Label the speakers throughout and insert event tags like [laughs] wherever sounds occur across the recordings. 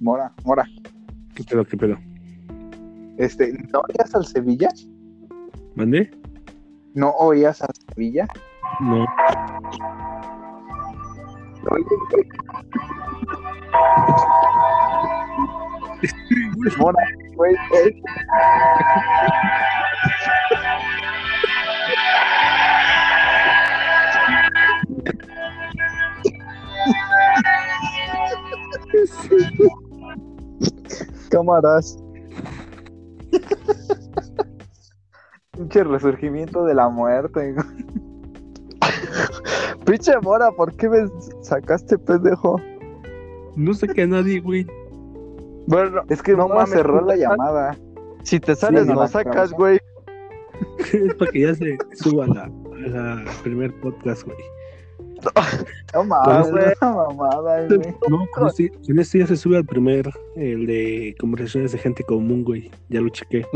Speaker 1: Mora, Mora.
Speaker 2: ¿Qué pedo, qué pedo?
Speaker 1: Este, ¿no oías al Sevilla?
Speaker 2: ¿Mandé?
Speaker 1: ¿No oías al Sevilla?
Speaker 2: No.
Speaker 1: Mora, güey. eh, Cámaras. Pinche resurgimiento de la muerte. güey. Pinche Mora, ¿por qué me sacaste, pendejo?
Speaker 2: No saqué a nadie, güey. [laughs]
Speaker 3: Bueno,
Speaker 1: Es que no
Speaker 3: No
Speaker 1: me
Speaker 3: mames,
Speaker 1: cerró la
Speaker 3: puta.
Speaker 1: llamada.
Speaker 3: si te sales,
Speaker 1: no,
Speaker 3: no,
Speaker 1: la
Speaker 3: sacas,
Speaker 1: cabrón.
Speaker 3: güey.
Speaker 2: Es para que ya se suba la, a la primer podcast, güey.
Speaker 1: No
Speaker 3: Pues, güey.
Speaker 1: mames, una mamada, güey.
Speaker 2: No, con este, con este ya se sube al primer, el de conversaciones de gente común, güey. Ya lo chequé.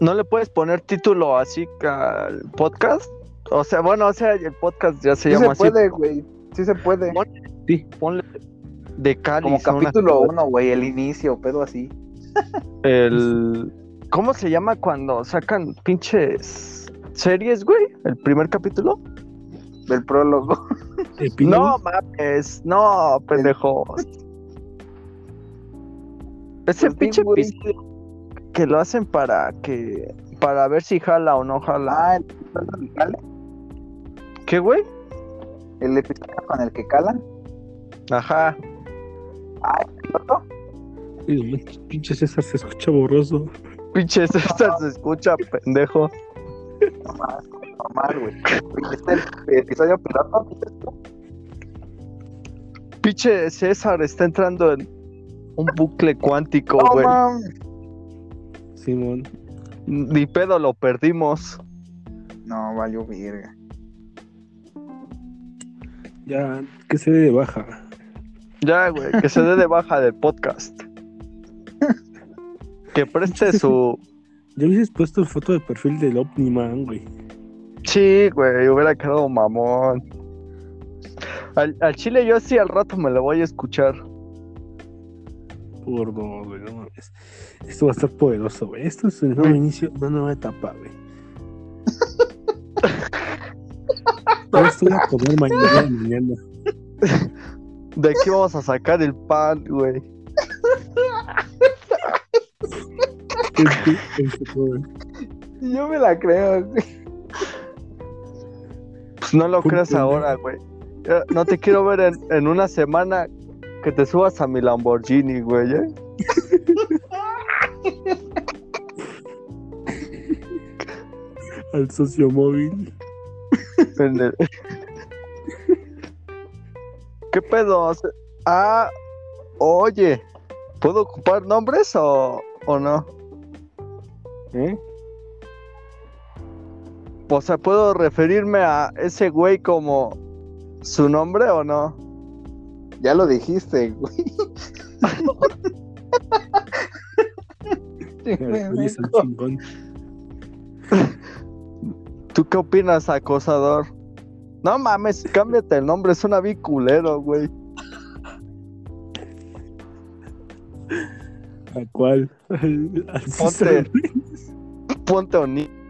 Speaker 3: ¿No le puedes poner título así al podcast? O sea, bueno, o sea, el podcast ya se
Speaker 1: Sí
Speaker 3: llama
Speaker 1: se
Speaker 3: así.
Speaker 1: puede, güey. Sí se puede.
Speaker 3: Bueno, Ponle de Cali.
Speaker 1: Como capítulo 1, güey, el inicio, pedo así.
Speaker 3: El... ¿Cómo se llama cuando sacan pinches series, güey? ¿El primer capítulo?
Speaker 1: Del prólogo. [laughs]
Speaker 3: No mames, no, pendejo. Ese
Speaker 1: El
Speaker 3: pinche
Speaker 1: fin, güey.
Speaker 3: episodio que lo hacen para que para ver si jala o no jala.
Speaker 1: Ah, el episodio que cala.
Speaker 3: ¿Qué, güey?
Speaker 1: El episodio con el que cala.
Speaker 3: Ajá.
Speaker 1: ¿Piloto?
Speaker 2: Pinches César se escucha borroso.
Speaker 3: Pinche César se escucha, pendejo.
Speaker 1: No más, güey, no más, güey. Güey, Este el episodio piloto. dices tú?
Speaker 3: Pinche César está entrando en un bucle cuántico,
Speaker 1: No
Speaker 3: Oh, güey.
Speaker 1: mames.
Speaker 2: Simón.
Speaker 3: Ni pedo lo perdimos.
Speaker 1: No, valió verga.
Speaker 2: Ya, que se dé de baja.
Speaker 3: Ya, güey, que se dé de baja del podcast. Que preste su.
Speaker 2: Ya hubieses puesto foto de perfil del Omniman, güey.
Speaker 3: Sí, güey, hubiera quedado mamón. Al, al chile yo sí al rato me lo voy a escuchar.
Speaker 2: Por dos, güey, no mames. Esto va a estar poderoso, güey. Esto es el nuevo inicio de una nueva etapa, güey. Yo estoy a comer mañana y mañana.
Speaker 3: De aquí vamos a sacar el pan, güey.
Speaker 2: ¿Qué- qué- qué se puede?
Speaker 1: Yo me la creo, güey.
Speaker 3: Pues no lo
Speaker 2: Pum,
Speaker 3: creas
Speaker 2: pum,
Speaker 3: ahora, güey. Eh, No te quiero ver en, en una semana que te subas a mi Lamborghini, güey, ¿eh?
Speaker 2: Al socio móvil.
Speaker 3: En el- ¿Qué pedo? Ah, oye, ¿puedo ocupar nombres o, o no?
Speaker 2: ¿Eh?
Speaker 3: O sea, ¿puedo referirme a ese güey como su nombre o no?
Speaker 1: Ya lo dijiste, güey.
Speaker 2: Oye, es un chingón.
Speaker 3: ¿Tú qué opinas, acosador? No mames, cámbiate el nombre, suena bien culero, güey.
Speaker 2: ¿A cuál? Al, al César.
Speaker 3: Ponte Oni.